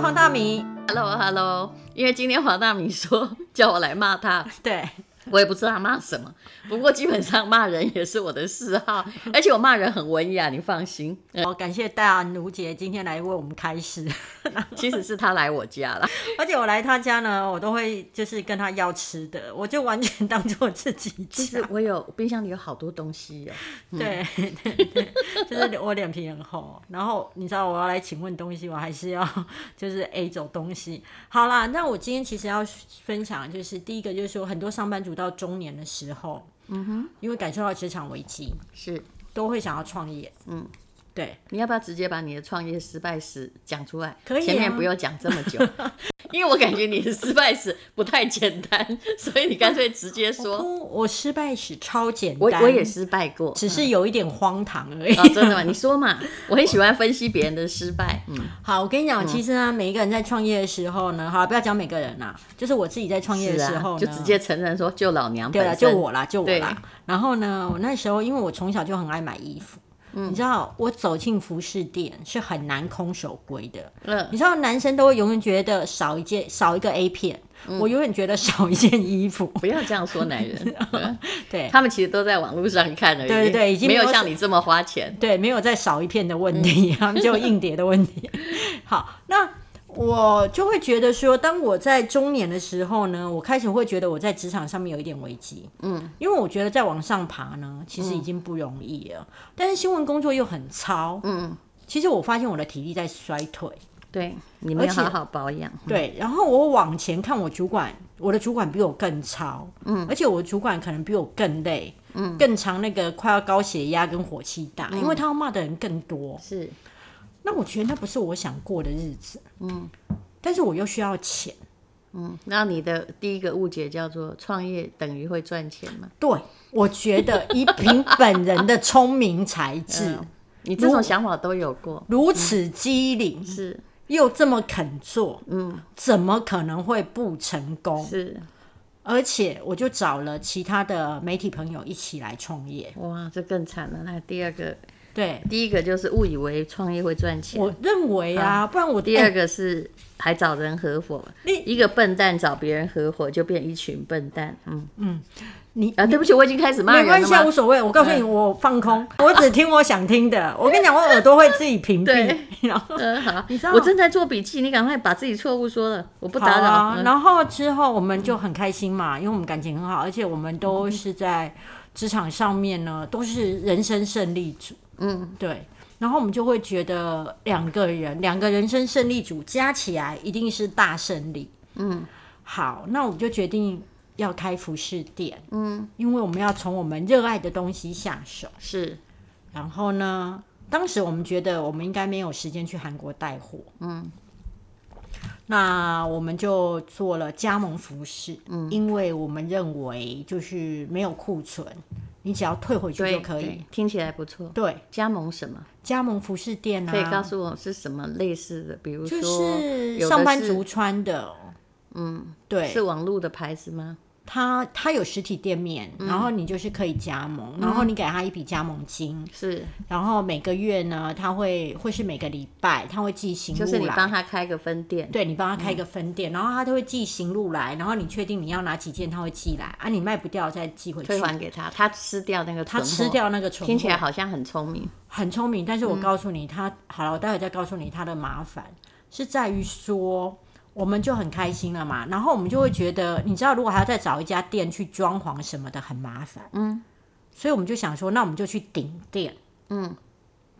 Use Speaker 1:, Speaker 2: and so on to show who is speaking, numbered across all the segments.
Speaker 1: 黄大明，
Speaker 2: Hello Hello，因为今天黄大明说 叫我来骂他，
Speaker 1: 对，
Speaker 2: 我也不知道他骂什么，不过基本上骂人也是我的嗜好，而且我骂人很文雅，你放心。呃
Speaker 1: 我感谢戴安茹姐今天来为我们开始，
Speaker 2: 其实是他来我家了，
Speaker 1: 而且我来她家呢，我都会就是跟她要吃的，我就完全当做自己
Speaker 2: 其实
Speaker 1: 家，
Speaker 2: 我有冰箱里有好多东西哦，
Speaker 1: 对 对对，就是我脸皮很厚，然后你知道我要来请问东西，我还是要 就是 A 种东西。好啦，那我今天其实要分享就是第一个就是说，很多上班族到中年的时候，嗯哼，因为感受到职场危机，
Speaker 2: 是。
Speaker 1: 都会想要创业，嗯，对。
Speaker 2: 你要不要直接把你的创业失败史讲出来？
Speaker 1: 可以啊
Speaker 2: 前面不要讲这么久， 因为我感觉你的失败史不太简单， 所以你干脆直 接说。
Speaker 1: 哦，我失败史超简
Speaker 2: 我
Speaker 1: 单，
Speaker 2: 我也，失败过，
Speaker 1: 只是有一点荒唐而已。
Speaker 2: 嗯啊、真的吗？你说嘛，我很喜欢分析别人的失败。嗯，
Speaker 1: 好，我跟你讲，其实呢，每一个人在创业的时候呢，好，不要讲每个人啦，就是我自己在创业的
Speaker 2: 是
Speaker 1: 时
Speaker 2: 啊
Speaker 1: 候、，呢，
Speaker 2: 就直接承认说就老娘
Speaker 1: 对
Speaker 2: 本
Speaker 1: 了，就
Speaker 2: 身
Speaker 1: 我啦，就我
Speaker 2: 对
Speaker 1: 啦。然后呢，我那时候因为我从小就很爱买衣服。
Speaker 2: 嗯
Speaker 1: 你知道我走进服饰店是很难空手归的。
Speaker 2: 嗯
Speaker 1: 你知道男生都会永远觉得少一件少一个 A 片，
Speaker 2: 嗯
Speaker 1: 我永远觉得少一件衣服。
Speaker 2: 不要这样说 男人，嗯
Speaker 1: 对
Speaker 2: 他们其实都在网络上看而已，
Speaker 1: 对对对已经
Speaker 2: 没
Speaker 1: 没有
Speaker 2: 有像你这么花钱。
Speaker 1: 对，没有再少一片的问题，他 们就有硬碟的问题。 好，那我就会觉得说，当我在中年的时候呢，我开始会觉得我在职场上面有一点危机。嗯，因为我觉得再往上爬呢，其实已经不容易了，但是新闻工作又很糙。嗯。其实我发现我的体力在衰退，
Speaker 2: 对，你没有
Speaker 1: 而且
Speaker 2: 好好保养。
Speaker 1: 对，然后我往前看，我主管，我的主管比我更糙，嗯，而且我的主管可能比我更累，嗯，更常那个快要高血压跟火气大，因为他要骂的人更多，
Speaker 2: 是，
Speaker 1: 那我觉得那不是我想过的日子，嗯，但是我又需要钱，
Speaker 2: 嗯，那你的第一个误解叫做创业等于会赚钱吗？
Speaker 1: 对我觉得以凭本人的聪明才 智，
Speaker 2: 你这种想法都有过，
Speaker 1: 如此机灵
Speaker 2: 嗯是
Speaker 1: 又这么肯做，嗯，怎么可能会不成功？
Speaker 2: 是，
Speaker 1: 而且我就找了其他的媒体朋友一起来创业，
Speaker 2: 哇，这更惨了。那第二个，
Speaker 1: 对
Speaker 2: 第一个就是误以为创业会赚钱，
Speaker 1: 我认为啊，不然我
Speaker 2: 第
Speaker 1: 哎
Speaker 2: 二个是还找人合伙，
Speaker 1: 你
Speaker 2: 一个笨蛋找别人合伙就变一群笨蛋。嗯嗯，
Speaker 1: 你
Speaker 2: 啊，对不起，我已经开始骂
Speaker 1: 没
Speaker 2: 人
Speaker 1: 关
Speaker 2: 了
Speaker 1: 系啊，无
Speaker 2: 吗？
Speaker 1: 所谓。我告诉
Speaker 2: 嗯
Speaker 1: 你，我放空，我只听我想听的。我跟你讲，我耳朵会自己屏蔽
Speaker 2: 对，
Speaker 1: 然后
Speaker 2: 嗯，好，
Speaker 1: 你知道
Speaker 2: 我正在做笔记，你赶快把自己错误说了，我不
Speaker 1: 好
Speaker 2: 打扰。
Speaker 1: 啊
Speaker 2: 嗯
Speaker 1: 然后之后我们就很开心嘛，因为我们感情很好，而且我们都是在职场上面呢，都是人生胜利组。嗯，对。然后我们就会觉得两个人，两个人生胜利组加起来一定是大胜利。嗯，好，那我们就决定要开服饰店。嗯，因为我们要从我们热爱的东西下手。
Speaker 2: 是
Speaker 1: 然后呢，当时我们觉得我们应该没有时间去韩国带货，嗯，那我们就做了加盟服饰，嗯，因为我们认为就是没有库存，你只要退回去就
Speaker 2: 对，
Speaker 1: 可以。
Speaker 2: 对听起来不错。
Speaker 1: 对，
Speaker 2: 加盟什么？
Speaker 1: 加盟服饰店
Speaker 2: 可以告
Speaker 1: 啊，
Speaker 2: 诉我是什么类似的？比如说，
Speaker 1: 就是
Speaker 2: 有的
Speaker 1: 上班
Speaker 2: 是
Speaker 1: 族穿的，哦嗯，对，
Speaker 2: 是网络的牌子吗？
Speaker 1: 它它有实体店面，
Speaker 2: 嗯
Speaker 1: 然后你就是可以加盟，然后你给他一笔加盟金，
Speaker 2: 是，
Speaker 1: 然后每个月呢，他会或是每个礼拜他会寄行
Speaker 2: 就是
Speaker 1: 路
Speaker 2: 你
Speaker 1: 来，
Speaker 2: 帮他嗯开个分店。
Speaker 1: 对你帮他开一个分店，然后他就会寄行路来，然后你确定你要哪几件，他会寄来啊，你卖不掉再寄回
Speaker 2: 退
Speaker 1: 去。
Speaker 2: 还给他，他吃掉那个
Speaker 1: 他
Speaker 2: 存货，
Speaker 1: 吃掉那个存
Speaker 2: 听起
Speaker 1: 货，
Speaker 2: 来嗯好像很聪明。
Speaker 1: 很聪明，但是我告诉你，他好了，我待会再告诉你他的麻烦是在于说，我们就很开心了嘛，然后我们就会觉得，你知道，如果还要再找一家店去装潢什么的，很麻烦，嗯，所以我们就想说，那我们就去顶店，嗯，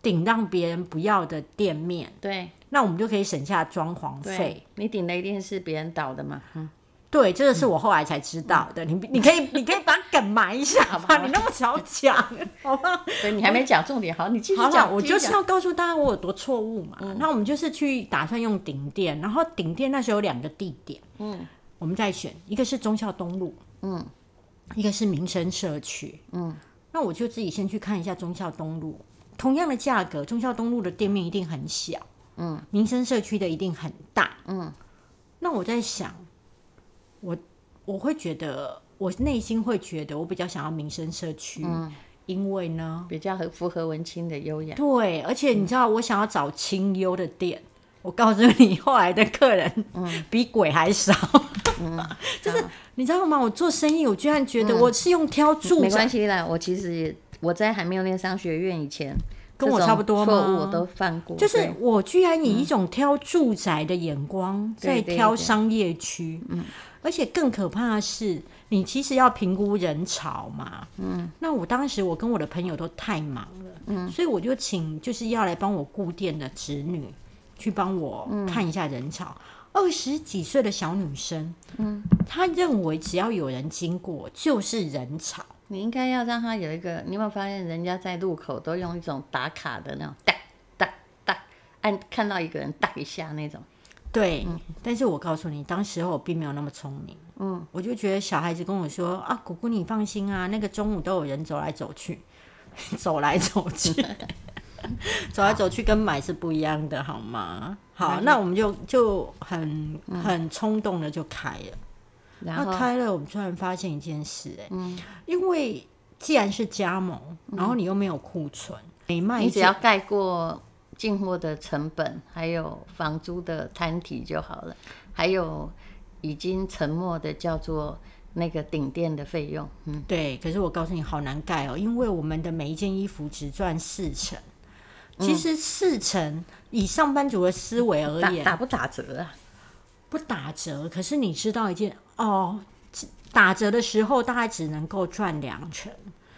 Speaker 1: 顶让别人不要的店面，
Speaker 2: 对，
Speaker 1: 那我们就可以省下装潢费，
Speaker 2: 对，你顶雷电是别人倒的嘛？嗯
Speaker 1: 对，这个是我后来才知道的。 你你可以你可以把梗埋一下吧，你那么少讲，好吧？
Speaker 2: 对你还没讲重点，好，你继续
Speaker 1: 好了，
Speaker 2: 讲。
Speaker 1: 我
Speaker 2: 继续
Speaker 1: 就是
Speaker 2: 讲嗯
Speaker 1: 要告诉大家我有多错误嘛。那我们就是去打算用顶店，然后顶店那时候有两个地点，嗯，我们在选，一个是忠孝东路，嗯，一个是民生社区，嗯。那我就自己先去看一下忠孝东路，同样的价格，忠孝东路的店面一定很小，嗯，民生社区的一定很大，嗯。那我在想，我我会觉得，我内心会觉得，我比较想要民生社区，
Speaker 2: 嗯
Speaker 1: 因为呢，
Speaker 2: 比较合符合文青的优雅。嗯
Speaker 1: 对，而且你知道，我想要找清幽的店，我告诉你，后来的客人
Speaker 2: 嗯
Speaker 1: 比鬼还少， 就是你知道吗？我做生意，我居然觉得我是用挑住
Speaker 2: 嗯没
Speaker 1: 宅
Speaker 2: 关，系啦，我其实也我在还没有念商学院以前，
Speaker 1: 跟我
Speaker 2: 这种
Speaker 1: 差不多吗
Speaker 2: 错误我都犯过，
Speaker 1: 就是
Speaker 2: 对嗯
Speaker 1: 我居然以一种挑住宅的眼光
Speaker 2: 对
Speaker 1: 在
Speaker 2: 对
Speaker 1: 挑
Speaker 2: 对嗯
Speaker 1: 商业区，而且更可怕的是，你其实要评估人潮嘛，嗯，那我当时我跟我的朋友都太忙了，嗯，所以我就请就是要来帮我顾店的侄女去帮我
Speaker 2: 嗯
Speaker 1: 看一下人潮。二十几岁的小女生，嗯，她认为只要有人经过就是人潮，
Speaker 2: 你应该要让他有一个，你有没有发现人家在路口都用一种打卡的那种哒哒哒，按看到一个人哒一下那种，
Speaker 1: 对，
Speaker 2: 嗯
Speaker 1: 但是我告诉你，当时候我并没有那么聪明。嗯，我就觉得小孩子跟我说啊，姑姑你放心啊，那个中午都有人走来走去， 走来走去， 走来走去跟买是不一样的，好吗？好，那我们就就很很冲动的就开了。
Speaker 2: 嗯然
Speaker 1: 那
Speaker 2: 后嗯
Speaker 1: 开了，我们突然发现一件事、哎，因为既然是加盟，然后你又没有库存，每卖一
Speaker 2: 你只
Speaker 1: 件
Speaker 2: 要盖过进货的成本，还有房租的摊体就好了，还有已经沉没的叫做那个顶店的费用，嗯，
Speaker 1: 对，可是我告诉你，好难盖哦，因为我们的每一件衣服只赚四成。其实四成以上班族的思维而
Speaker 2: 嗯打
Speaker 1: 言，
Speaker 2: 打不打折啊？
Speaker 1: 不打折。可是你知道一件哦，打折的时候大概只能够赚两成。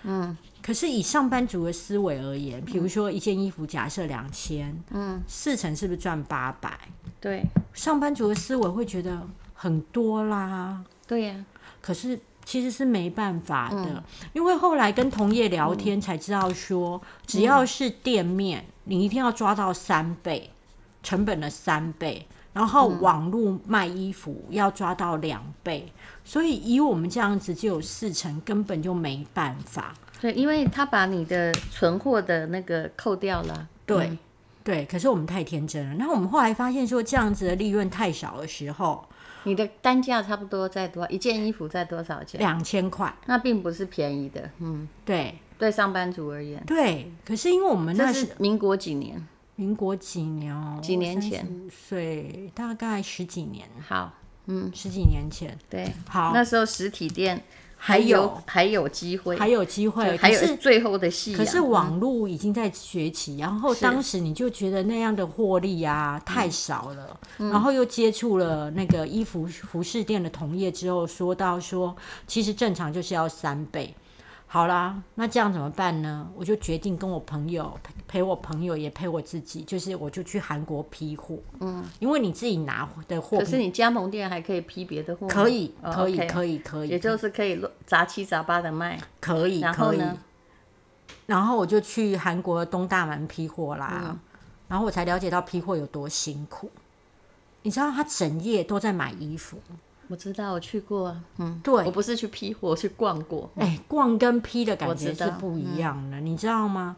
Speaker 2: 嗯
Speaker 1: 可是以上班族的思维而言，比如说一件衣服假设两千，嗯，四成是不是赚八百？
Speaker 2: 对，
Speaker 1: 上班族的思维会觉得很多啦，
Speaker 2: 对呀、
Speaker 1: 可是其实是没办法的，因为后来跟同业聊天才知道说，只要是店面，你一定要抓到三倍成本的三倍，然后网络卖衣服要抓到两倍，所以以我们这样子就有四成，根本就没办法。
Speaker 2: 对，因为他把你的存货的那个扣掉了啊，
Speaker 1: 对、嗯对，可是我们太天真了。那我们后来发现说，这样子的利润太少的时候，
Speaker 2: 你的单价差不多在多一件衣服在多少钱？
Speaker 1: 两千块，
Speaker 2: 那并不是便宜的，嗯，
Speaker 1: 对
Speaker 2: 对上班族而言，
Speaker 1: 对。可是因为我们那
Speaker 2: 这
Speaker 1: 时
Speaker 2: 是民国几年？
Speaker 1: 民国几年哦？
Speaker 2: 几年前
Speaker 1: 35岁，大概十几年，
Speaker 2: 好，嗯，
Speaker 1: 十几年前
Speaker 2: 对，
Speaker 1: 好
Speaker 2: 那时候实体店
Speaker 1: 还
Speaker 2: 还
Speaker 1: 有
Speaker 2: 有还有机会，
Speaker 1: 还有机会，
Speaker 2: 对
Speaker 1: 可
Speaker 2: 还
Speaker 1: 是
Speaker 2: 有最后的戏、啊，
Speaker 1: 可是网络已经在崛起，然后当时你就觉得那样的获利啊太
Speaker 2: 嗯
Speaker 1: 少了，然后又接触了那个衣服服饰店的同业之后，说到说其实正常就是要三倍。好啦，那这样怎么办呢？我就决定跟我朋友陪陪我朋友，也陪我自己，就是我就去韩国批货。嗯，因为你自己拿的货
Speaker 2: 可是你加盟店还可以批别的货吗，
Speaker 1: 可以，
Speaker 2: 哦
Speaker 1: 可以，
Speaker 2: OK
Speaker 1: 可以，可以
Speaker 2: 也，就是可以乱杂七杂八的卖，
Speaker 1: 可以，
Speaker 2: 然
Speaker 1: 可
Speaker 2: 后
Speaker 1: 以。
Speaker 2: 呢，
Speaker 1: 然后我就去韩国东大门批货啦，
Speaker 2: 嗯
Speaker 1: 然后我才了解到批货有多辛苦。你知道他整夜都在买衣服，
Speaker 2: 我知道我去过啊，嗯，
Speaker 1: 对
Speaker 2: 我不是去批货，我去逛过，
Speaker 1: 哎、逛跟批的感
Speaker 2: 嗯我
Speaker 1: 觉
Speaker 2: 知
Speaker 1: 是
Speaker 2: 道嗯
Speaker 1: 不一样的，你知道吗？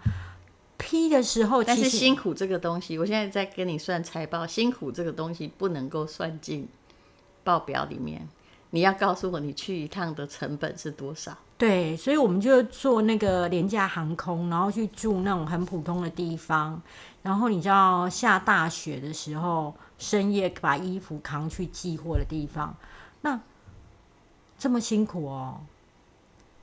Speaker 1: 批的时候
Speaker 2: 但
Speaker 1: 其
Speaker 2: 是
Speaker 1: 实
Speaker 2: 辛苦这个东西，我现在在跟你算财报，辛苦这个东西不能够算进报表里面。你要告诉我你去一趟的成本是多少？
Speaker 1: 对，所以我们就坐那个廉价航空，然后去住那种很普通的地方。然后你知道下大雪的时候，深夜把衣服扛去寄货的地方，那这么辛苦哦，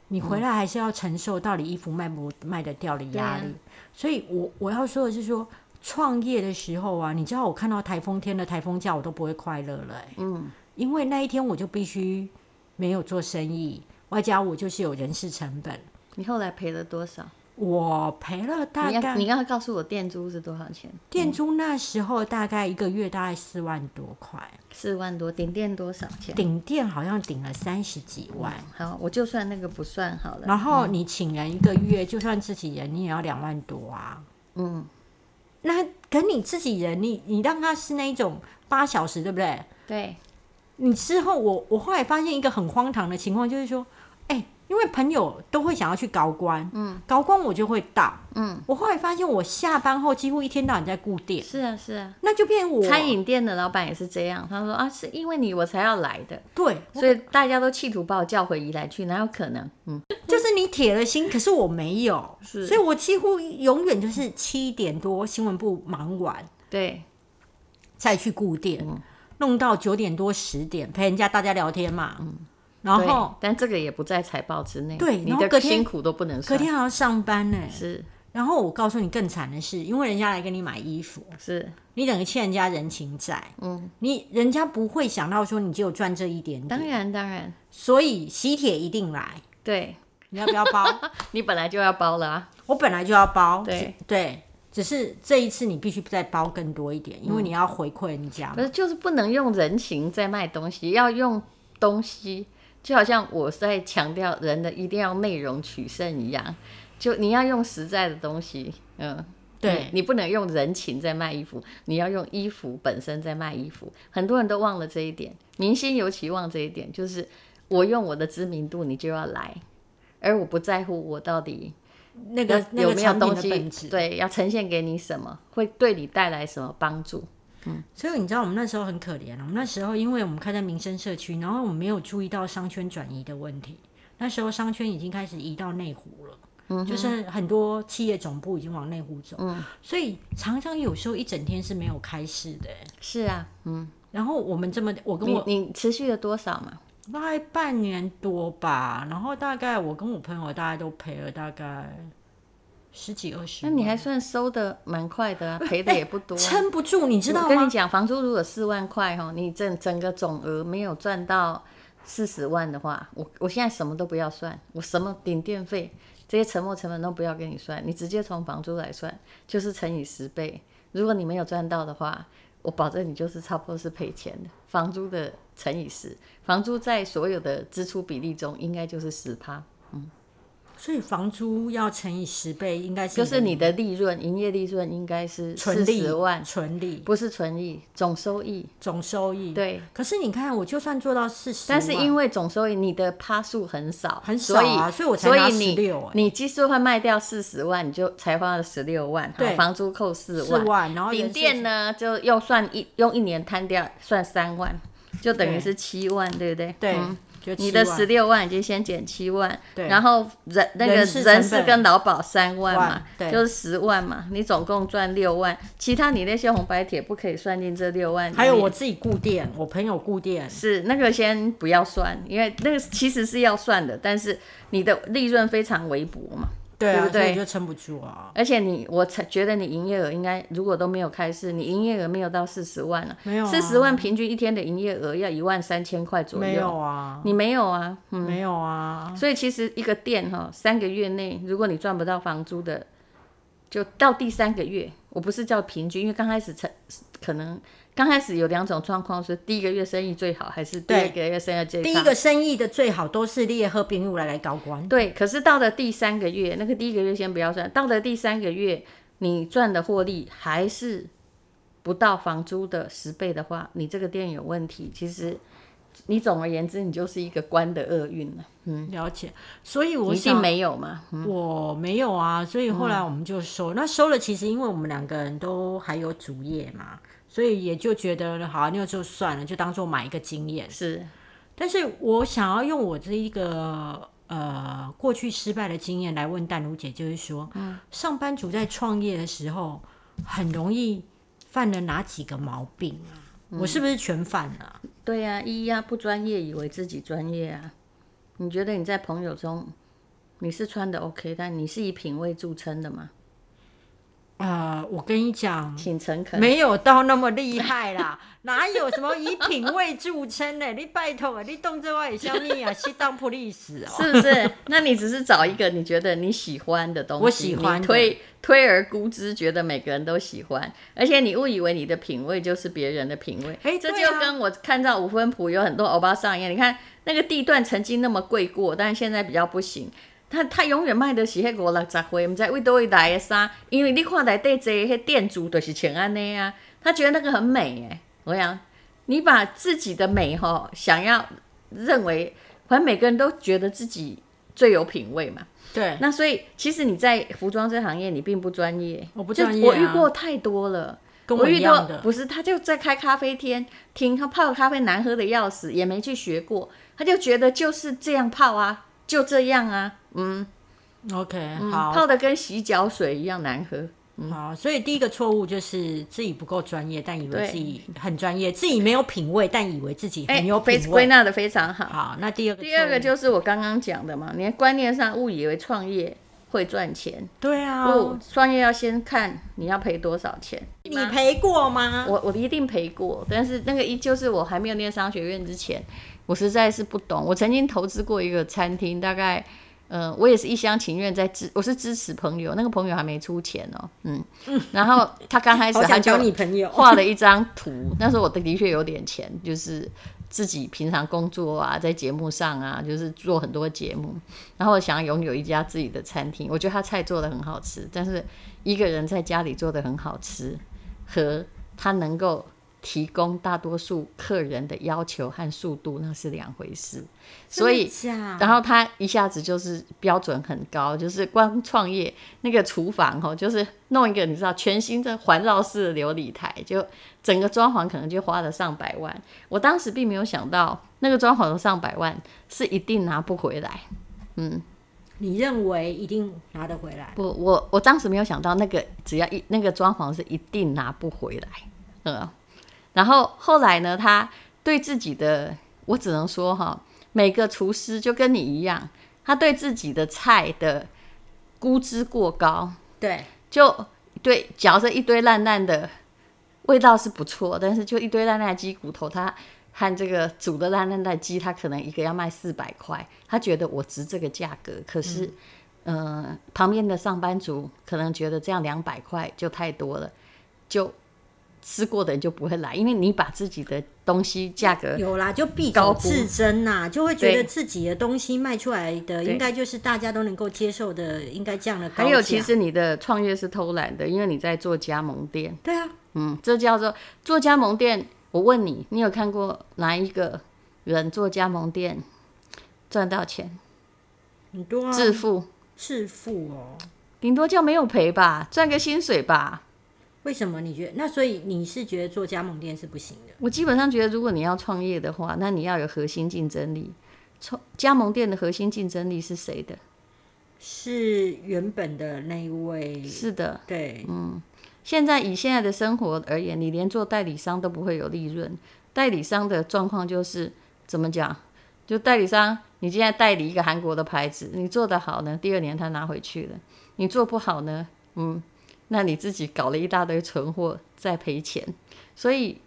Speaker 1: 你回来还是要承受到底衣服卖不卖得掉的压力。
Speaker 2: 对啊
Speaker 1: 所以我我要说的是说。创业的时候啊，你知道我看到台风天的台风假，我都不会快乐了、欸。
Speaker 2: 嗯，
Speaker 1: 因为那一天我就必须没有做生意，外加我就是有人事成本，
Speaker 2: 你后来赔了多少？
Speaker 1: 我赔了大
Speaker 2: 你要
Speaker 1: 概
Speaker 2: 你要告诉我店租是多少钱？
Speaker 1: 店租那时候大概一个月大概四万多块，
Speaker 2: 四万多，顶店多少钱？
Speaker 1: 顶店好像顶了三十几万。
Speaker 2: 好，我就算那个不算好了。
Speaker 1: 然后你请人一个月，就算自己人，你也要两万多啊。
Speaker 2: 嗯，
Speaker 1: 那可你自己人，你你让他是那一种八小时，对不对？
Speaker 2: 对，
Speaker 1: 你之后我我后来发现一个很荒唐的情况，就是说，哎、因为朋友都会想要去高官，嗯，高官我就会到，嗯，我后来发现我下班后几乎一天到晚在顾店，
Speaker 2: 是啊是啊。
Speaker 1: 那就变我
Speaker 2: 餐饮店的老板也是这样，他说啊，是因为你我才要来的，
Speaker 1: 对，
Speaker 2: 所以大家都企图把我叫回宜来去，哪有可能？嗯，
Speaker 1: 就是你铁了心，可是我没有，
Speaker 2: 是
Speaker 1: 所以我几乎永远就是七点多新闻部忙完，
Speaker 2: 对，
Speaker 1: 再去顾店，
Speaker 2: 嗯
Speaker 1: 弄到九点多十点陪人家大家聊天嘛，然后
Speaker 2: 嗯对，但这个也不在财报之内，
Speaker 1: 对
Speaker 2: 你
Speaker 1: 然后隔
Speaker 2: 的
Speaker 1: 天
Speaker 2: 辛苦都不能
Speaker 1: 隔
Speaker 2: 算，
Speaker 1: 天还要上班呢、
Speaker 2: 是
Speaker 1: 然后我告诉你更惨的是，因为人家来给你买衣服，
Speaker 2: 是，
Speaker 1: 你等于欠人家人情债，嗯，你人家不会想到说你只有赚这一点
Speaker 2: 当
Speaker 1: 点，
Speaker 2: 然当然，
Speaker 1: 所以喜帖一定来，
Speaker 2: 对
Speaker 1: 你要不要包？
Speaker 2: 你本来就要包了啊，
Speaker 1: 我本来就要包，
Speaker 2: 对
Speaker 1: 只对，只是这一次你必须再包更多一点，因为你要回馈人家嘛
Speaker 2: 不。是就是不能用人情在卖东西，要用东西，就好像我在强调人的一定要内容取胜一样，就你要用实在的东西，嗯。
Speaker 1: 对
Speaker 2: 你你不能用人情在卖衣服，你要用衣服本身在卖衣服。很多人都忘了这一点，明星尤其忘这一点，就是我用我的知名度，你就要来，而我不在乎我到底
Speaker 1: 那个那
Speaker 2: 有
Speaker 1: 个
Speaker 2: 没有
Speaker 1: 产品
Speaker 2: 东
Speaker 1: 的
Speaker 2: 西
Speaker 1: 本，质。
Speaker 2: 对，要呈现给你什么，会对你带来什么帮助。
Speaker 1: 所以你知道我们那时候很可怜，啊我们那时候因为我们开在民生社区，然后我们没有注意到商圈转移的问题。那时候商圈已经开始移到内湖了。
Speaker 2: 嗯
Speaker 1: 就是很多企业总部已经往内湖走，所以常常有时候一整天是没有开市的欸、
Speaker 2: 是啊，
Speaker 1: 然后我们这么，我跟
Speaker 2: 你
Speaker 1: 我
Speaker 2: 你持续了多少嘛？
Speaker 1: 大概半年多吧，然后大概我跟我朋友大概都赔了大概十几二十
Speaker 2: 那
Speaker 1: 万，
Speaker 2: 你还算收的蛮快的、啊，赔的也不多啊、
Speaker 1: 撑不住，你知道
Speaker 2: 我跟你
Speaker 1: 吗？
Speaker 2: 讲，房租如果四万块哈，你整整个总额没有赚到四十万的话，我我现在什么都不要算，我什么顶电费这些沉没成本都不要跟你算，你直接从房租来算，就是乘以十倍。如果你没有赚到的话，我保证你就是差不多是赔钱的，房租的乘以十，房租在所有的支出比例中应该就是十趴，
Speaker 1: 所以房租要乘以十倍，应该是
Speaker 2: 就是你的利润，营业利润应该是
Speaker 1: 纯
Speaker 2: 四
Speaker 1: 利
Speaker 2: 十万，
Speaker 1: 纯利
Speaker 2: 不是纯益，总收益。
Speaker 1: 总收益。
Speaker 2: 对，
Speaker 1: 可是你看，我就算做到四十，
Speaker 2: 但是因为总收益你的趴数很少，
Speaker 1: 很少
Speaker 2: 所
Speaker 1: 啊
Speaker 2: 以
Speaker 1: 所以我才
Speaker 2: 所
Speaker 1: 拿
Speaker 2: 以你
Speaker 1: 16哎
Speaker 2: 你技术会卖掉四十万，你就才花了十六万，
Speaker 1: 对
Speaker 2: 好房租扣四
Speaker 1: 四万，然后
Speaker 2: 顶店
Speaker 1: 呢？
Speaker 2: 呢就又算一用一年摊掉算三万，就等于是七万，对不对？
Speaker 1: 对
Speaker 2: 嗯，
Speaker 1: 就
Speaker 2: 你
Speaker 1: 7
Speaker 2: 的
Speaker 1: 万
Speaker 2: 十六万已经先减七万，
Speaker 1: 对
Speaker 2: 然后人那个
Speaker 1: 人事
Speaker 2: 人
Speaker 1: 成本
Speaker 2: 事跟劳保三万嘛
Speaker 1: 万，对
Speaker 2: 就是十万嘛，你总共赚六万，其他你那些红白帖不可以算进这六万里面。
Speaker 1: 还有我自己固店，我朋友固店，
Speaker 2: 是那个先不要算，因为那个其实是要算的，但是你的利润非常微薄嘛，
Speaker 1: 对啊，
Speaker 2: 对不对
Speaker 1: 所以就撑不住啊。
Speaker 2: 而且你我才觉得你营业额应该如果都没有开市，你营业额没有到四十万啊，
Speaker 1: 没有啊
Speaker 2: 四十万平均一天的营业额要一万三千块左右，
Speaker 1: 没有啊，
Speaker 2: 你没有啊，嗯，
Speaker 1: 没有啊，
Speaker 2: 所以其实一个店哈、三个月内如果你赚不到房租的，就到第三个月，我不是叫平均，因为刚开始成可能刚开始有两种状况，是第一个月生意最好，还是第二个月生意最
Speaker 1: 第
Speaker 2: 差
Speaker 1: 一个生意的最好都是烈喝冰入来来高官，
Speaker 2: 对，可是到了第三个月，那个第一个月先不要算，到了第三个月，你赚的获利还是不到房租的十倍的话，你这个店有问题。其实，你总而言之，你就是一个官的厄运了。
Speaker 1: 了解。所以我
Speaker 2: 嗯你一定
Speaker 1: 想
Speaker 2: 没嗯有嘛？嗯
Speaker 1: 我没有啊，所以后来我们就收。那收了，其实因为我们两个人都还有主业嘛，所以也就觉得好、啊，那就算了，就当做买一个经验。
Speaker 2: 是
Speaker 1: 但是我想要用我这一个呃过去失败的经验来问淡如姐，就是说，上班族在创业的时候，很容易犯了哪几个毛病啊？我是不是全犯了啊？
Speaker 2: 对呀、一呀、不专业，以为自己专业啊。你觉得你在朋友中你是穿的 OK，但你是以品味著称的吗？
Speaker 1: 呃，我跟你讲，
Speaker 2: 请诚恳。
Speaker 1: 没有到那么厉害啦， 哪有什么以品味著称呢？你拜托啊，你动这外消灭啊，去当 police 哦。
Speaker 2: 是不是？那你只是找一个你觉得你喜欢的东西，
Speaker 1: 我喜欢的
Speaker 2: 你推推而估之，觉得每个人都喜欢，而且你误以为你的品味就是别人的品味。
Speaker 1: 哎
Speaker 2: 这
Speaker 1: 对啊
Speaker 2: 就跟我看到五分埔有很多欧巴桑一样，你看那个地段曾经那么贵过，但是现在比较不行。他他永远卖得起迄五六十岁，毋知为倒位来的衫，因为你看内底坐迄店主就是穿安尼啊，他觉得那个很美哎。我讲，你把自己的美哈、想要认为，反正每个人都觉得自己最有品味嘛。
Speaker 1: 对，
Speaker 2: 那所以其实你在服装这行业你并不专业，
Speaker 1: 我不
Speaker 2: 就
Speaker 1: 专业
Speaker 2: 我遇
Speaker 1: 啊
Speaker 2: 过太多了。
Speaker 1: 跟
Speaker 2: 我
Speaker 1: 我一
Speaker 2: 遇
Speaker 1: 样
Speaker 2: 到
Speaker 1: 的。
Speaker 2: 不是，他就在开咖啡厅，听他泡的咖啡难喝的要死，也没去学过，他就觉得就是这样泡啊，就这样啊，嗯，
Speaker 1: OK，
Speaker 2: 嗯
Speaker 1: 好，
Speaker 2: 泡的跟洗脚水一样难喝，
Speaker 1: 好，所以第一个错误就是自己不够专业，但以为
Speaker 2: 对
Speaker 1: 自己很专业；自己没有品味，但以为自己很有
Speaker 2: 非
Speaker 1: 品
Speaker 2: 归
Speaker 1: 味。
Speaker 2: 哎纳的非常好。
Speaker 1: 好，那第二个
Speaker 2: 第二
Speaker 1: 错
Speaker 2: 个
Speaker 1: 误
Speaker 2: 就是我刚刚讲的嘛，你的观念上误以为创业会赚钱，
Speaker 1: 对啊，
Speaker 2: 不，创业要先看你要赔多少钱。
Speaker 1: 你赔过吗？
Speaker 2: 我我一定赔过，但是那个一就是我还没有念商学院之前，我实在是不懂。我曾经投资过一个餐厅，大概，呃，我也是一厢情愿在支，我是支持朋友，那个朋友还没出钱哦，嗯，然后他刚开始
Speaker 1: 好
Speaker 2: 他
Speaker 1: 想
Speaker 2: 就
Speaker 1: 交你朋 友。
Speaker 2: 画了一张图，那时候我的的确有点钱，就是自己平常工作啊，在节目上啊，就是做很多节目，然后我想要拥有一家自己的餐厅。我觉得他菜做的很好吃，但是一个人在家里做的很好吃，和他能够提供大多数客人的要求和速度，那是两回事。所以
Speaker 1: 真的假的
Speaker 2: 然后他一下子就是标准很高，就是光创业那个厨房哦，就是弄一个你知道全新的环绕式的琉璃台，就整个装潢可能就花了上百万。我当时并没有想到那个装潢的上百万是一定拿不回来。
Speaker 1: 你认为一定拿得回来？
Speaker 2: 不，我我当时没有想到那个只要一那个装潢是一定拿不回来，嗯，然后后来呢，他对自己的，我只能说哈，每个厨师就跟你一样，他对自己的菜的估值过高，
Speaker 1: 对，
Speaker 2: 就对嚼着一堆烂烂的，味道是不错，但是就一堆烂烂的鸡骨头，他和这个煮的烂烂的鸡，他可能一个要卖四百块，他觉得我值这个价格，可是。呃，旁边的上班族可能觉得这样两百块就太多了，就吃过的人就不会来，因为你把自己的东西价格
Speaker 1: 有啦，就必
Speaker 2: 呃高
Speaker 1: 高
Speaker 2: 估
Speaker 1: 自珍呐、就会觉
Speaker 2: 对
Speaker 1: 得自己的东西卖出来的应该就是大家都能够接受的，应该这样的高
Speaker 2: 还有，
Speaker 1: 价
Speaker 2: 其实你的创业是偷懒的，因为你在做加盟店。
Speaker 1: 对啊，
Speaker 2: 嗯，这叫做做加盟店。我问你，你有看过哪一个人做加盟店赚到钱、
Speaker 1: 很多啊，
Speaker 2: 致富？
Speaker 1: 致富哦。
Speaker 2: 顶多叫没有赔吧，赚个薪水吧。
Speaker 1: 为什么你觉得？那所以你是觉得做加盟店是不行的？
Speaker 2: 我基本上觉得，如果你要创业的话，那你要有核心竞争力。创加盟店的核心竞争力是谁的？
Speaker 1: 是原本的那一位，
Speaker 2: 是的，
Speaker 1: 对，
Speaker 2: 现在以现在的生活而言，你连做代理商都不会有利润。代理商的状况就是怎么讲？就代理商，你现在代理一个韩国的牌子，你做得好呢，第二年他拿回去了；你做不好呢，嗯，那你自己搞了一大堆存货，再赔钱。所以，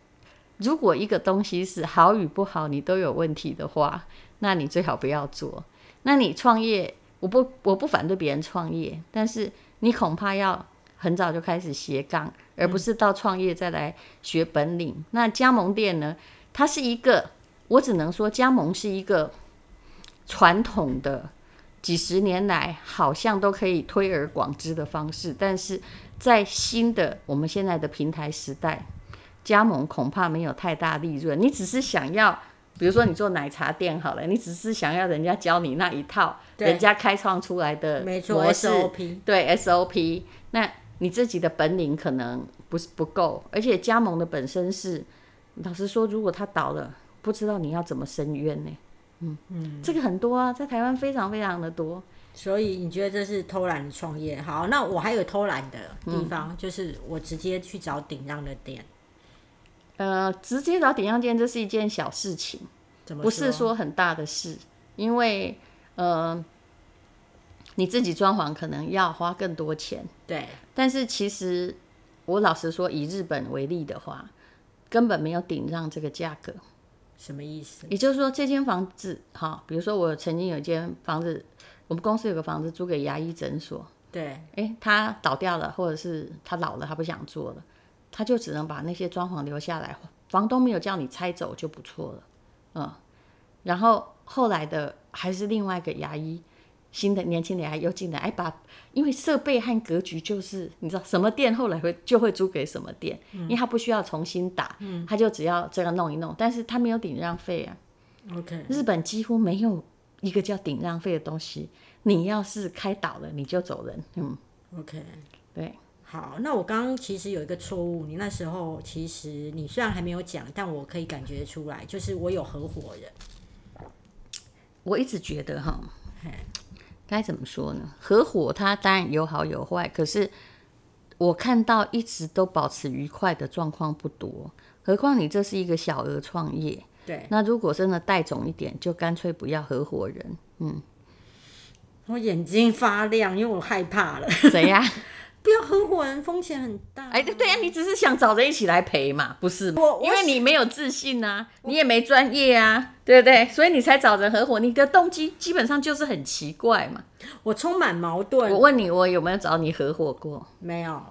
Speaker 2: 如果一个东西是好与不好，你都有问题的话，那你最好不要做。那你创业，我不我不反对别人创业，但是你恐怕要很早就开始斜杠，而
Speaker 1: 嗯
Speaker 2: 不是到创业再来学本领。那加盟店呢？它是一个，我只能说加盟是一个传统的，几十年来好像都可以推而广之的方式，但是在新的我们现在的平台时代，加盟恐怕没有太大利润。你只是想要，比如说你做奶茶店好了，你只是想要人家教你那一套，
Speaker 1: 对
Speaker 2: 人家开创出来的
Speaker 1: 没错
Speaker 2: 模式，
Speaker 1: ，SOP
Speaker 2: 对 SOP，那你自己的本领可能不是不够，而且加盟的本身是，老实说，如果他倒了，不知道你要怎么伸冤呢、嗯嗯，这个很多啊，在台湾非常非常的多。
Speaker 1: 所以你觉得这是偷懒的创业？好，那我还有偷懒的地
Speaker 2: 嗯
Speaker 1: 方，就是我直接去找顶让的店，
Speaker 2: 呃，直接找顶上店，这是一件小事情，
Speaker 1: 怎么
Speaker 2: 不是说很大的事，因为呃，你自己装潢可能要花更多钱。
Speaker 1: 对，
Speaker 2: 但是其实我老实说，以日本为例的话，根本没有顶让这个价格。
Speaker 1: 什么意思？
Speaker 2: 也就是说，这间房子，哈，比如说我曾经有一间房子，我们公司有个房子租给牙医诊所，
Speaker 1: 对，
Speaker 2: 诶，他倒掉了，或者是他老了，他不想做了，他就只能把那些装潢留下来，房东没有叫你拆走就不错了，嗯，然后后来的还是另外一个牙医。新的年轻的牙医又进来，哎，把因为设备和格局就是你知道什么店后来会就会租给什么店，因为他不需要重新打，他就只要这样弄一弄，但是他没有顶让费啊，
Speaker 1: OK，
Speaker 2: 日本几乎没有一个叫顶让费的东西，你要是开倒了你就走人。嗯，
Speaker 1: OK，
Speaker 2: 对，
Speaker 1: 好，那我刚刚其实有一个错误，你那时候其实你虽然还没有讲，但我可以感觉出来，就是我有合伙人，
Speaker 2: 我一直觉得哈，该怎么说呢？合伙它当然有好有坏，可是我看到一直都保持愉快的状况不多，何况你这是一个小额创业。
Speaker 1: 对，
Speaker 2: 那如果真的带种一点，就干脆不要合伙人，
Speaker 1: 我眼睛发亮，因为我害怕了。
Speaker 2: 怎样？
Speaker 1: 不要合伙人风险很大。
Speaker 2: 哎，对对呀、你只是想找人一起来陪嘛，不是吗？
Speaker 1: 我我
Speaker 2: 因为你没有自信啊，你也没专业啊，对不对？所以你才找人合伙，你的动机基本上就是很奇怪嘛。
Speaker 1: 我充满矛
Speaker 2: 我
Speaker 1: 盾。
Speaker 2: 问你，我有没有找你合伙过？
Speaker 1: 没有，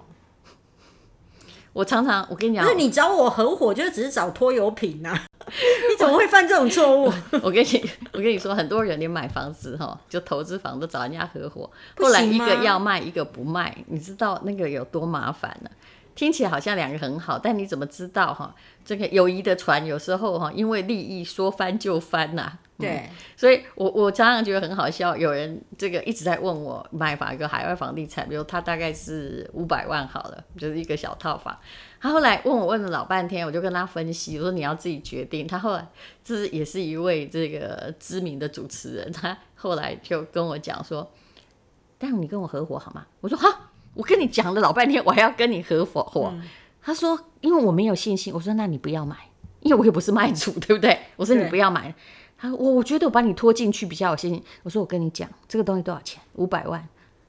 Speaker 2: 我常常，我跟你
Speaker 1: 不
Speaker 2: 讲，
Speaker 1: 是你找我合伙，就只是找拖油瓶啊！ 你怎么会犯这种错 误？
Speaker 2: 我跟你，我跟你说，很多人连买房子哈，就投资房都找人家合伙，
Speaker 1: 不
Speaker 2: 后
Speaker 1: 行吗
Speaker 2: 来一个要卖，一个不卖，你知道那个有多麻烦呢、听起来好像两个很好，但你怎么知道哈？这个友谊的船有时候哈，因为利益说翻就翻呐、
Speaker 1: 对，
Speaker 2: 所以我我常常觉得很好笑，有人这个一直在问我买法一个海外房地产，比如他大概是五百万好了，就是一个小套房。他后来问我问了老半天，我就跟他分析，我说你要自己决定。他后来这是也是一位这个知名的主持人，他后来就跟我讲说，但你跟我合伙好吗？我说哈，我跟你讲了老半天，我还要跟你合伙伙。他说因为我没有信心，我说那你不要买，因为我也不是卖主，对不对？我说你
Speaker 1: 对
Speaker 2: 不要买。他说我我觉得我把你拖进去比较有信心。我说我跟你讲，这个东西多少钱？五百万。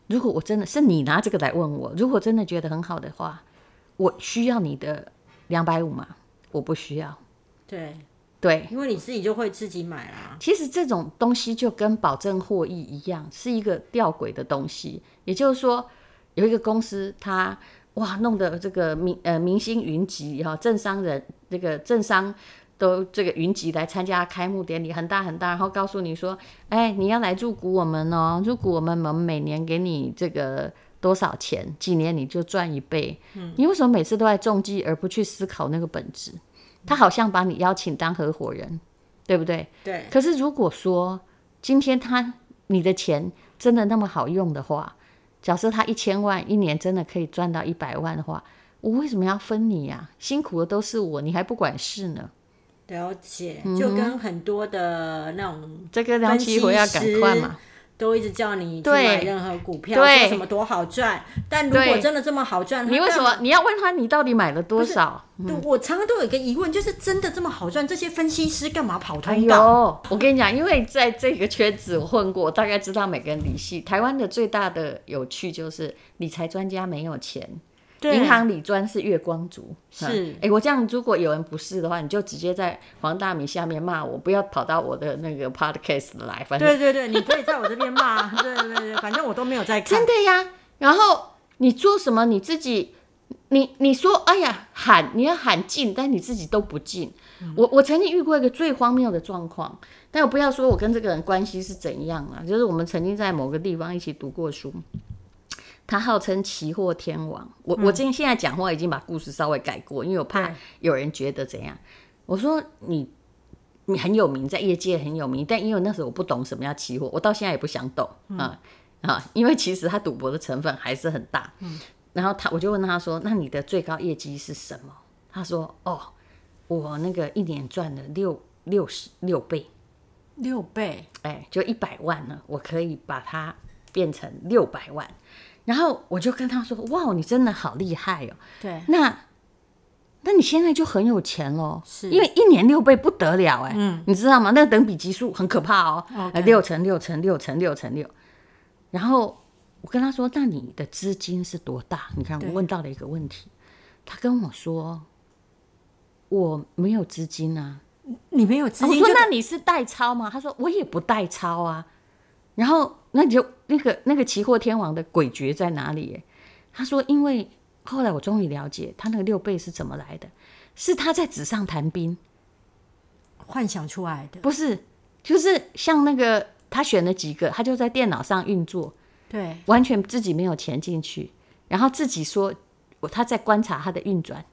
Speaker 2: 如果我真的是你拿这个来问我，如果真的觉得很好的话，我需要你的两百五吗？我不需要。
Speaker 1: 对，
Speaker 2: 对，
Speaker 1: 因为你自己就会自己买啦。
Speaker 2: 其实这种东西就跟保证获益一样，是一个吊诡的东西。也就是说，有一个公司它哇弄得这个明呃明星云集哈、政商人这个政商。都这个云集来参加开幕典礼，很大很大，然后告诉你说，哎，你要来入股我们哦，入股我们，我们每年给你这个多少钱，几年你就赚一倍。嗯，你为什么每次都在中计而不去思考那个本质？他好像把你邀请当合伙人，对不对？
Speaker 1: 对，
Speaker 2: 可是如果说今天他你的钱真的那么好用的话，假设他一千万一年真的可以赚到一百万的话，我为什么要分你呀、辛苦的都是我，你还不管事呢？
Speaker 1: 了解，
Speaker 2: 嗯
Speaker 1: 就跟很多的那种
Speaker 2: 这个梁启辉要赶快嘛。
Speaker 1: 都一直叫你去
Speaker 2: 对
Speaker 1: 买任何股票，
Speaker 2: 对
Speaker 1: 说什么多好赚，但如果
Speaker 2: 对
Speaker 1: 真的这么好赚，
Speaker 2: 你为什
Speaker 1: 那
Speaker 2: 么你嗯要问他你到底买了多少？
Speaker 1: 对，我常常都有一个疑问，就是真的这么好赚？这些分析师干嘛跑
Speaker 2: 哎
Speaker 1: 通
Speaker 2: 呦
Speaker 1: 道？，
Speaker 2: 我跟你讲，因为在这个圈子我混过，我大概知道每个人理系。台湾的最大的有趣就是理财专家没有钱，
Speaker 1: 对
Speaker 2: 银行理专是月光族，
Speaker 1: 是
Speaker 2: 哎、诶我这样如果有人不是的话，你就直接在黄大米下面骂我，不要跑到我的那个 podcast 来，反正
Speaker 1: 对对对，你可以在我这边骂， 对对对，反正我都没有在看
Speaker 2: 真。的呀。然后你做什么你自己，你你说哎呀喊你要喊进，但你自己都不进。我我曾经遇过一个最荒谬的状况，但我不要说我跟这个人关系是怎样啊，就是我们曾经在某个地方一起读过书。他号称期货天王，我我今天现在讲话已经把故事稍微改过，因为我怕
Speaker 1: 对
Speaker 2: 有人觉得怎样。我说你你很有名，在业界很有名，但因为那时候我不懂什么叫期货，我到现在也不想懂啊、啊，因为其实他赌博的成分还是很大。嗯，然后他我就问他说：“那你的最高业绩是什么？”他说：“哦，我那个一年赚了六六十六倍，
Speaker 1: 六倍，
Speaker 2: 哎，就一百万呢，我可以把它变成六百万。”然后我就跟他说：“哇，你真的好厉害哦！
Speaker 1: 对
Speaker 2: 那那你现在就很有钱喽，
Speaker 1: 是嗯
Speaker 2: 因为一年六倍不得了哎、你知道吗？那个等比级数很可怕哦
Speaker 1: OK
Speaker 2: 呃六乘六乘六乘六乘六。然后我跟他说：“那你的资金是多大？”你看，
Speaker 1: 对
Speaker 2: 我问到了一个问题，他跟我说：“我没有资金啊。”
Speaker 1: 你没有资
Speaker 2: 哦我
Speaker 1: 金
Speaker 2: 说
Speaker 1: 就
Speaker 2: 那你是代抄吗？他说我也不代抄啊。然后那你就那个那个期货天王的诡谲在哪里耶？他说因为后来我终于了解他那个六倍是怎么来的，是他在纸上谈兵，
Speaker 1: 幻想出来的。
Speaker 2: 不是就是像那个他选了几个，他就在电脑上运作，
Speaker 1: 对，
Speaker 2: 完全自己没有钱进去，然后自己说我他在观察他的运转。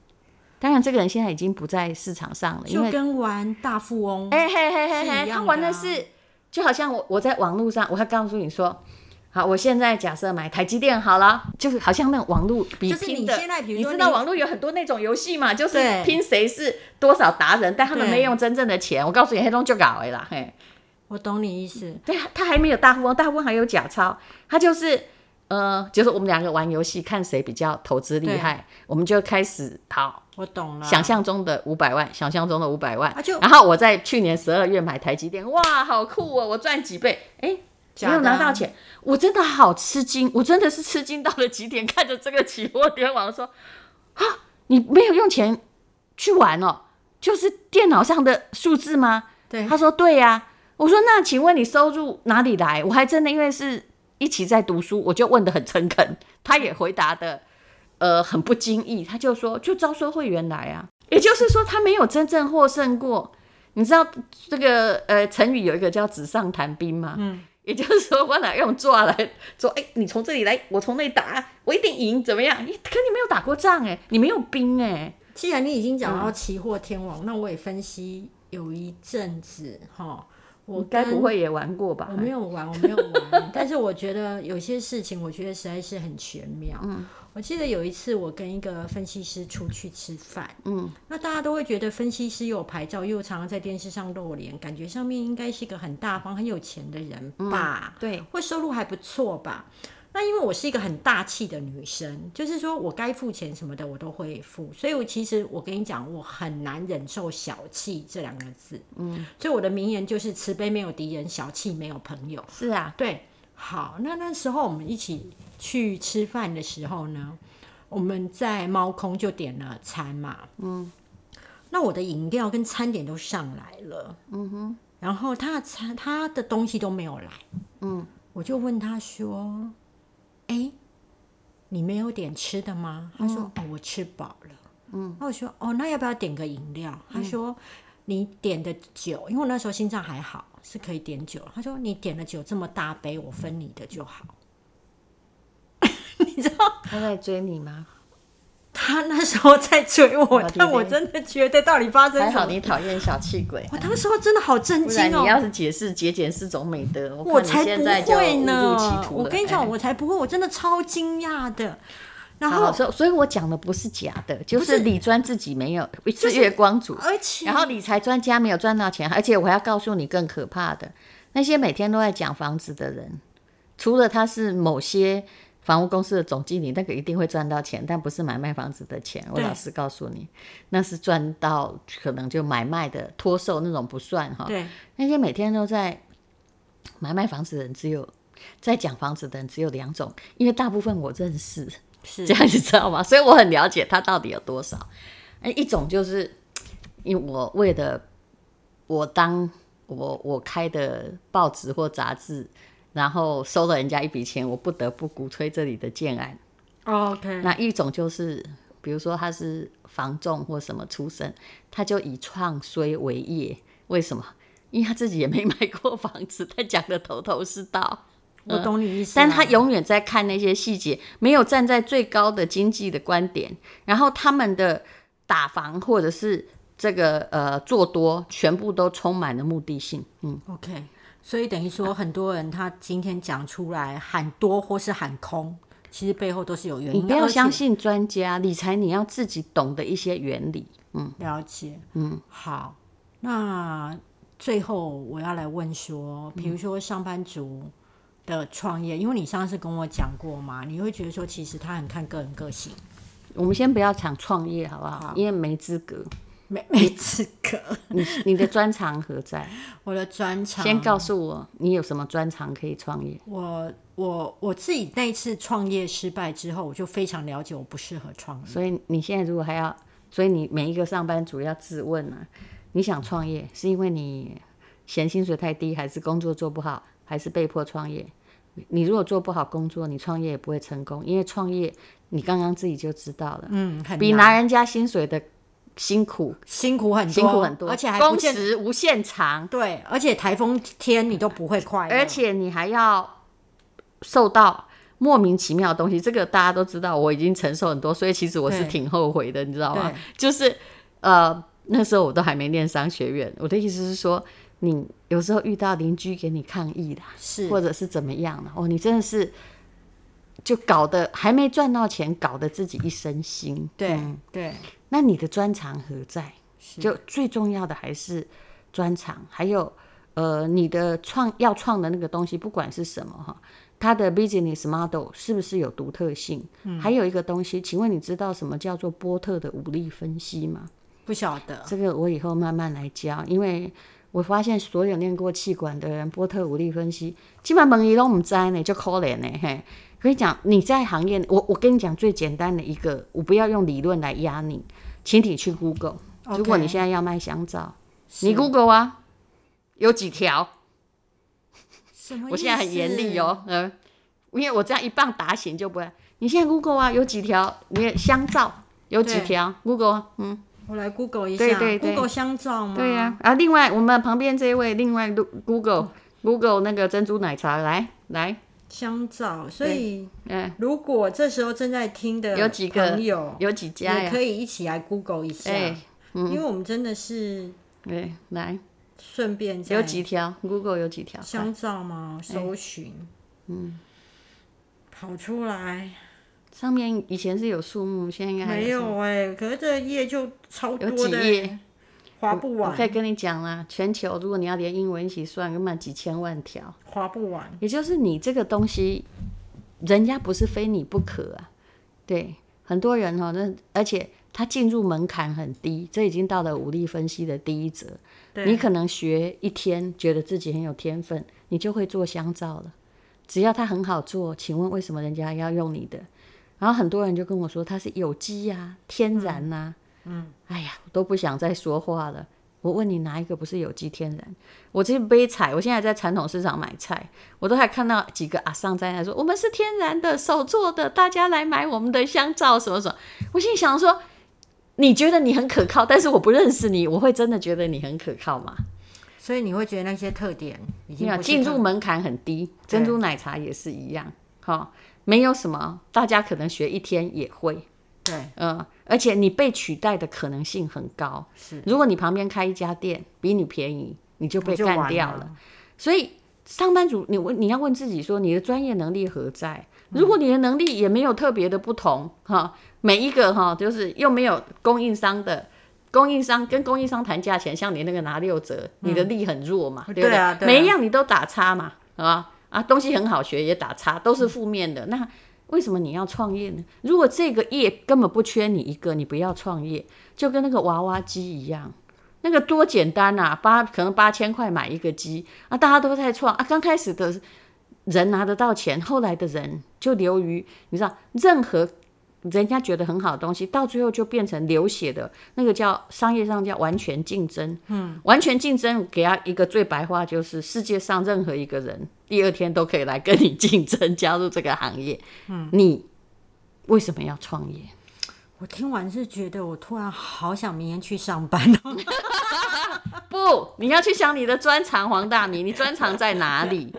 Speaker 2: 当然，这个人现在已经不在市场上了，因
Speaker 1: 就
Speaker 2: 为
Speaker 1: 跟玩大富翁，
Speaker 2: 哎嘿嘿嘿
Speaker 1: 是一样
Speaker 2: 嘿，
Speaker 1: 的啊
Speaker 2: 他玩的是，就好像我我在网络上，我还告诉你说，好，我现在假设买台积电好了，就是好像那种网络比
Speaker 1: 就是你
Speaker 2: 拼的，
Speaker 1: 现在比如
Speaker 2: 你
Speaker 1: 说
Speaker 2: 知道
Speaker 1: 你
Speaker 2: 网络有很多那种游戏嘛，就是
Speaker 1: 对
Speaker 2: 拼谁是多少达人，但他们
Speaker 1: 对
Speaker 2: 没用真正的钱，我告诉你，黑洞就搞了啦，嘿。
Speaker 1: 我懂你意思。
Speaker 2: 对，他还没有大富翁，大富翁还有假钞，他就是呃，就是我们两个玩游戏，看谁比较投资厉害，我们就开始好
Speaker 1: 我懂了。
Speaker 2: 想象中的五百万，想象中的五百万。
Speaker 1: 啊就
Speaker 2: 然后我在去年十二月买台积电，哇，好酷哦，我赚几倍，哎。
Speaker 1: 假
Speaker 2: 没
Speaker 1: 的啊
Speaker 2: 有拿到钱，我真的好吃惊，我真的是吃惊到了极点。看着这个期货天王说：“啊，你没有用钱去玩哦，就是电脑上的数字吗？”
Speaker 1: 对
Speaker 2: 他说：“对呀、我说：“那请问你收入哪里来？”我还真的因为是一起在读书，我就问的很诚恳，他也回答的呃很不经意，他就说：“就招收会员来啊。”也就是说，他没有真正获胜过。你知道这个呃成语有一个叫“纸上谈兵”吗？嗯，也就是说，我哪用抓来说，哎、你从这里来，我从那里打，我一定赢，怎么样？你可你没有打过仗哎、你没有兵哎、
Speaker 1: 既然你已经讲
Speaker 2: 嗯
Speaker 1: 到期货天王，那我也分析有一阵子哈，我
Speaker 2: 你该
Speaker 1: 跟
Speaker 2: 不会也玩过吧
Speaker 1: 我？没有玩，我没有玩， 但是我觉得有些事情，我觉得实在是很玄妙。嗯，我记得有一次我跟一个分析师出去吃饭，嗯，那大家都会觉得分析师有牌照，又常常在电视上露脸，感觉上面应该是一个很大方、很有钱的人吧？
Speaker 2: 对，
Speaker 1: 或收入还不错吧？那因为我是一个很大气的女生，就是说我该付钱什么的我都会付，所以我其实我跟你讲，我很难忍受小气这两个字。嗯，所以我的名言就是慈悲没有敌人，小气没有朋友。
Speaker 2: 是啊，
Speaker 1: 对，好，那那时候我们一起去吃饭的时候呢，我们在猫空就点了餐嘛，嗯，那我的饮料跟餐点都上来了，嗯哼，然后他的餐他的东西都没有来，嗯，我就问他说，哎、你没有点吃的吗？他说，哦，我吃饱了，嗯，那我说，哦，那要不要点个饮料？他说。你点的酒，因为我那时候心脏还好，是可以点酒。他说你点的酒这么大杯，我分你的就好。
Speaker 2: 他在追你吗？
Speaker 1: 他那时候在追我
Speaker 2: 哇，
Speaker 1: 但我真的觉得到底发生
Speaker 2: 还
Speaker 1: 什
Speaker 2: 好
Speaker 1: 么？
Speaker 2: 你讨厌小气鬼，
Speaker 1: 我当时候真的好震
Speaker 2: 不然
Speaker 1: 惊
Speaker 2: 你
Speaker 1: 哦！
Speaker 2: 要是解释节俭是种美德，我
Speaker 1: 我
Speaker 2: 看你
Speaker 1: 才
Speaker 2: 现
Speaker 1: 不
Speaker 2: 在就
Speaker 1: 会
Speaker 2: 误入歧
Speaker 1: 呢！
Speaker 2: 途了
Speaker 1: 我跟你讲，
Speaker 2: 哎
Speaker 1: 我才不会，我真的超惊讶的。然
Speaker 2: 好，
Speaker 1: 后，
Speaker 2: 所以所以我讲的不是假的，就是李专自己没有是月光族，
Speaker 1: 而且
Speaker 2: 然后理财专家没有赚到钱，而且我还要告诉你更可怕的，那些每天都在讲房子的人，除了他是某些房屋公司的总经理，那个一定会赚到钱，但不是买卖房子的钱。我
Speaker 1: 对
Speaker 2: 老实告诉你，那是赚到可能就买卖的脱售那种不算哈。
Speaker 1: 对
Speaker 2: 那些每天都在买卖房子的人，只有在讲房子的人只有两种，因为大部分我认识，
Speaker 1: 是
Speaker 2: 这样你知道吗？ 所以我很了解他到底有多少。哎，一种就是因为我为了我当我我开的报纸或杂志，然后收了人家一笔钱，我不得不鼓吹这里的建案。
Speaker 1: OK，
Speaker 2: 那一种就是，比如说他是房仲或什么出身，他就以创衰为业，为什么？因为他自己也没买过房子，他讲的头头是道。
Speaker 1: 我懂你意思了。
Speaker 2: 但他永远在看那些细节，没有站在最高的经济的观点，然后他们的打房或者是这个呃做多，全部都充满了目的性。嗯，
Speaker 1: OK，所以等于说，很多人他今天讲出来喊多或是喊空，其实背后都是有原因。
Speaker 2: 你不要
Speaker 1: 而且
Speaker 2: 相信专家理财，你要自己懂得一些原理。
Speaker 1: 了解，嗯，好，那最后我要来问说，比如说上班族的创业，因为你上次跟我讲过嘛，你会觉得说，其实他很看个人个性，
Speaker 2: 我们先不要讲创业好不好？因为没资格。
Speaker 1: 没没资格。
Speaker 2: 你你的专长何在？
Speaker 1: 我的专 长，
Speaker 2: 先告诉我你有什么专长可以创业？
Speaker 1: 我我我自己那一次创业失败之后，我就非常了解我不适合创业。
Speaker 2: 所以你现在如果还要，所以你每一个上班族要自问啊，你想创业是因为你嫌薪水太低，还是工作做不好，还是被迫创业？你如果做不好工作，你创业也不会成功，因为创业你刚刚自己就知道了，
Speaker 1: 嗯，很
Speaker 2: 比
Speaker 1: 难
Speaker 2: 拿人家薪水的辛苦
Speaker 1: 辛苦很多，
Speaker 2: 辛苦很多，
Speaker 1: 而且还不
Speaker 2: 工
Speaker 1: 见
Speaker 2: 时无限长，
Speaker 1: 对，而且台风天你都不会快乐，
Speaker 2: 而且你还要受到莫名其妙的东西，这个大家都知道，我已经承受很多，所以其实我是
Speaker 1: 对
Speaker 2: 挺后悔的，你知道吗
Speaker 1: 对？
Speaker 2: 就是呃，那时候我都还没念商学院，我的意思是说，你有时候遇到邻居给你抗议啦，
Speaker 1: 是
Speaker 2: 或者是怎么样了，哦，你真的是就搞得还没赚到钱，搞得自己一身腥。
Speaker 1: 对、
Speaker 2: 嗯
Speaker 1: 对
Speaker 2: 那你的专长何在？
Speaker 1: 是
Speaker 2: 就最重要的还是专长，还有呃，你的创要创的那个东西，不管是什么哈，它的 business model 是不是有独特性？还有一个东西，请问你知道什么叫做波特的武力分析吗？
Speaker 1: 不晓得
Speaker 2: 这个我以后慢慢来教，因为我发现所有练过气管的人，波特武力分析，基本本一都唔知道呢，就可怜呢。嘿，跟你讲，你在行业，我我跟你讲最简单的一个，我不要用理论来压你，请你去 Google。
Speaker 1: OK
Speaker 2: 如果你现在要卖香皂，你 Google 啊，有几条？
Speaker 1: 什么意思。
Speaker 2: 我现在很严厉哦，嗯，因为我这样一棒打醒就不会。你现在 Google 啊，有几条？你的香皂有几
Speaker 1: 对
Speaker 2: 条？Google 啊，嗯。
Speaker 1: 我来 Google 一下
Speaker 2: 对对
Speaker 1: g o o
Speaker 2: 对
Speaker 1: g l e 香皂吗？
Speaker 2: 对呀、啊，另外我们旁边这一位，另外 Lu- Google Google 那个珍珠奶茶，来来，
Speaker 1: 香皂，所以
Speaker 2: 嗯、
Speaker 1: 如果这时候正在听的
Speaker 2: 有几个
Speaker 1: 朋友，
Speaker 2: 有几家
Speaker 1: 也
Speaker 2: 呀？
Speaker 1: 可以一起来 Google 一下，
Speaker 2: 哎
Speaker 1: 因为我们真的是
Speaker 2: 对，来，
Speaker 1: 顺便在
Speaker 2: 有几哎条？Google 有几条？
Speaker 1: 香皂吗？搜寻，嗯，跑出来
Speaker 2: 上面以前是有数目，现在应该还
Speaker 1: 没有哎、可是这页就超
Speaker 2: 有
Speaker 1: 多
Speaker 2: 几
Speaker 1: 的，欸
Speaker 2: 页？
Speaker 1: 划不
Speaker 2: 我
Speaker 1: 完，
Speaker 2: 可以跟你讲啦，全球如果你要连英文一起算，根本几千万条。
Speaker 1: 划不完。
Speaker 2: 也就是你这个东西，人家不是非你不可啊。对，很多人哈、哦，那而且他进入门槛很低，这已经到了武力分析的第一则。
Speaker 1: 对
Speaker 2: 你可能学一天，觉得自己很有天分，你就会做香皂了。只要它很好做，请问为什么人家要用你的？然后很多人就跟我说它是有机呀、天然呐、嗯，哎呀，我都不想再说话了。我问你哪一个不是有机天然？我这杯菜，我现在在传统市场买菜，我都还看到几个阿桑在那说我们是天然的手做的，大家来买我们的香皂什么什么。我心里想说，你觉得你很可靠，但是我不认识你，我会真的觉得你很可靠吗？
Speaker 1: 所以你会觉得那些特点已经
Speaker 2: 你
Speaker 1: 不是
Speaker 2: 进
Speaker 1: 特
Speaker 2: 入门槛很低，
Speaker 1: 对
Speaker 2: 珍珠奶茶也是一样，哈、没有什么，大家可能学一天也会，
Speaker 1: 对
Speaker 2: 嗯，而且你被取代的可能性很高。
Speaker 1: 是
Speaker 2: 如果你旁边开一家店比你便宜，你就被
Speaker 1: 我就
Speaker 2: 干
Speaker 1: 完
Speaker 2: 掉
Speaker 1: 了
Speaker 2: 了。所以上班族，你问你要问自己说，你的专业能力何在？
Speaker 1: 嗯
Speaker 2: 如果你的能力也没有特别的不同，哈，每一个哈，就是又没有供应商的。供应商跟供应商谈价钱，像你那个拿六折，你的力很弱嘛，不
Speaker 1: 嗯对啊对啊
Speaker 2: 每一样你都打叉嘛，啊啊，东西很好学也打叉，都是负面
Speaker 1: 嗯
Speaker 2: 的。那为什么你要创业呢？如果这个业根本不缺你一个，你不要创业，就跟那个娃娃机一样，那个多简单啊，八可能八千块买一个机啊，大家都在创啊，刚开始的人拿得到钱，后来的人就流于你知道，任何人家觉得很好的东西，到最后就变成流血的那个叫商业上叫完全竞争。嗯，完全竞争，给他一个最白话就是世界上任何一个人第二天都可以来跟你竞争，加入这个行业。嗯，你为什么要创业？
Speaker 1: 我听完是觉得我突然好想明天去上班哦。
Speaker 2: 不，你要去想你的专长，黄大米，你专长在哪 里？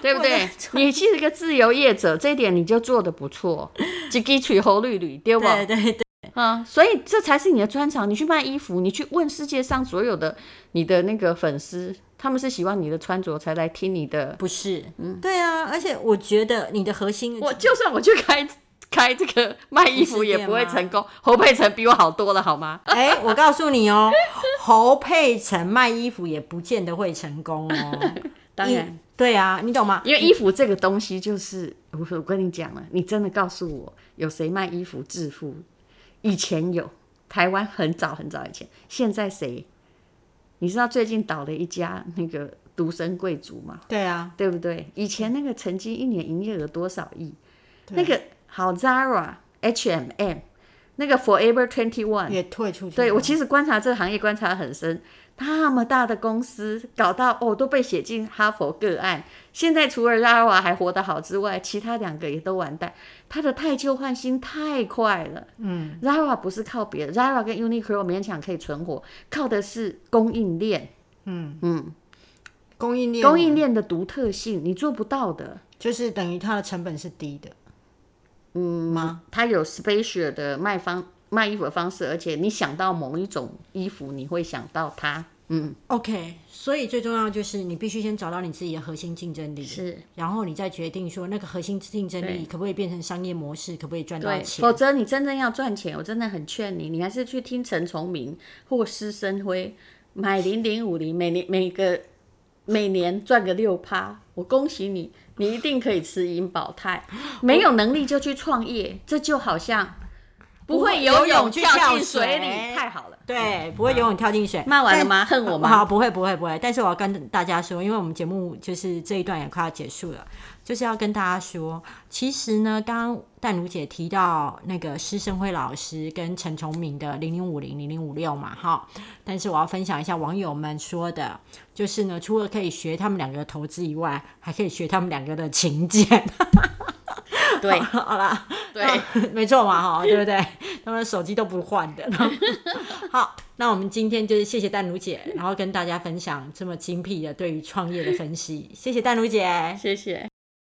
Speaker 2: 对不对？你是一个自由业者，这一点你就做得不错，一支嘴猴绿绿，对不？
Speaker 1: 对对对，
Speaker 2: 啊，所以这才是你的专长。你去卖衣服，你去问世界上所有的你的那个粉丝，他们是喜欢你的穿着才来听你的。
Speaker 1: 不是，嗯，对啊，而且我觉得你的核心，
Speaker 2: 我就算我去开开这个卖衣服也不会成 功，侯佩岑比我好多了，好吗？
Speaker 1: 哎、我告诉你哦，侯佩岑卖衣服也不见得会成功哦。
Speaker 2: 当然
Speaker 1: 你，对啊，你懂吗？
Speaker 2: 因为衣服这个东西就是，我我跟你讲了，你真的告诉我有谁卖衣服致富？以前有，台湾很早很早以前，现在谁？你知道最近倒了一家那个独身贵族吗？
Speaker 1: 对啊，
Speaker 2: 对不对？以前那个曾经一年营业额多少亿？那个好 Zara、H&M，那个 Forever Twenty One，
Speaker 1: 也退出去。
Speaker 2: 对我其实观察这个行业观察得很深，那么大的公司搞到哦都被写进哈佛个案，现在除了 Zara 还活得好之外，其他两个也都完蛋，他的太旧换新太快了。嗯，Zara 不是靠别的，Zara 跟 Uniqlo 勉强可以存活，靠的是供应链，
Speaker 1: 供应链，
Speaker 2: 供应链的独特性你做不到的。
Speaker 1: 就是等于它的成本是低的，嗯吗？
Speaker 2: 它有 special 的卖方卖衣服的方式，而且你想到某一种衣服，你会想到它。嗯，
Speaker 1: OK，所以最重要就是你必须先找到你自己的核心竞争力，
Speaker 2: 是，
Speaker 1: 然后你再决定说那个核心竞争力可不可以变成商业模式，可不可以赚到钱。
Speaker 2: 否则你真正要赚钱，我真的很劝你，你还是去听陈崇明或施生辉买零零五零，每年每个每年赚个六趴，我恭喜你，你一定可以吃银保 泰。没有能力就去创业，这就好像不会游泳
Speaker 1: 去
Speaker 2: 跳
Speaker 1: 跳
Speaker 2: 进水里，
Speaker 1: 水
Speaker 2: 太好了。
Speaker 1: 对，不会游泳跳进水。
Speaker 2: 骂完了吗？恨我吗？
Speaker 1: 好，啊不会，不会，不会。但是我要跟大家说，因为我们节目就是这一段也快要结束了，就是要跟大家说，其实呢，刚刚淡如姐提到那个施生辉老师跟陈崇明的零零五零零零五六嘛，哈。但是我要分享一下网友们说的，就是呢，除了可以学他们两个的投资以外，还可以学他们两个的勤俭。
Speaker 2: 对
Speaker 1: 好啦，
Speaker 2: 对，
Speaker 1: 没错嘛，哈，对不对？ 他们手机都不换的。 好，那我们今天就是谢谢淡如姐，然后跟大家分享这么精辟的对于创业的分析，谢谢淡如姐。
Speaker 2: 谢谢。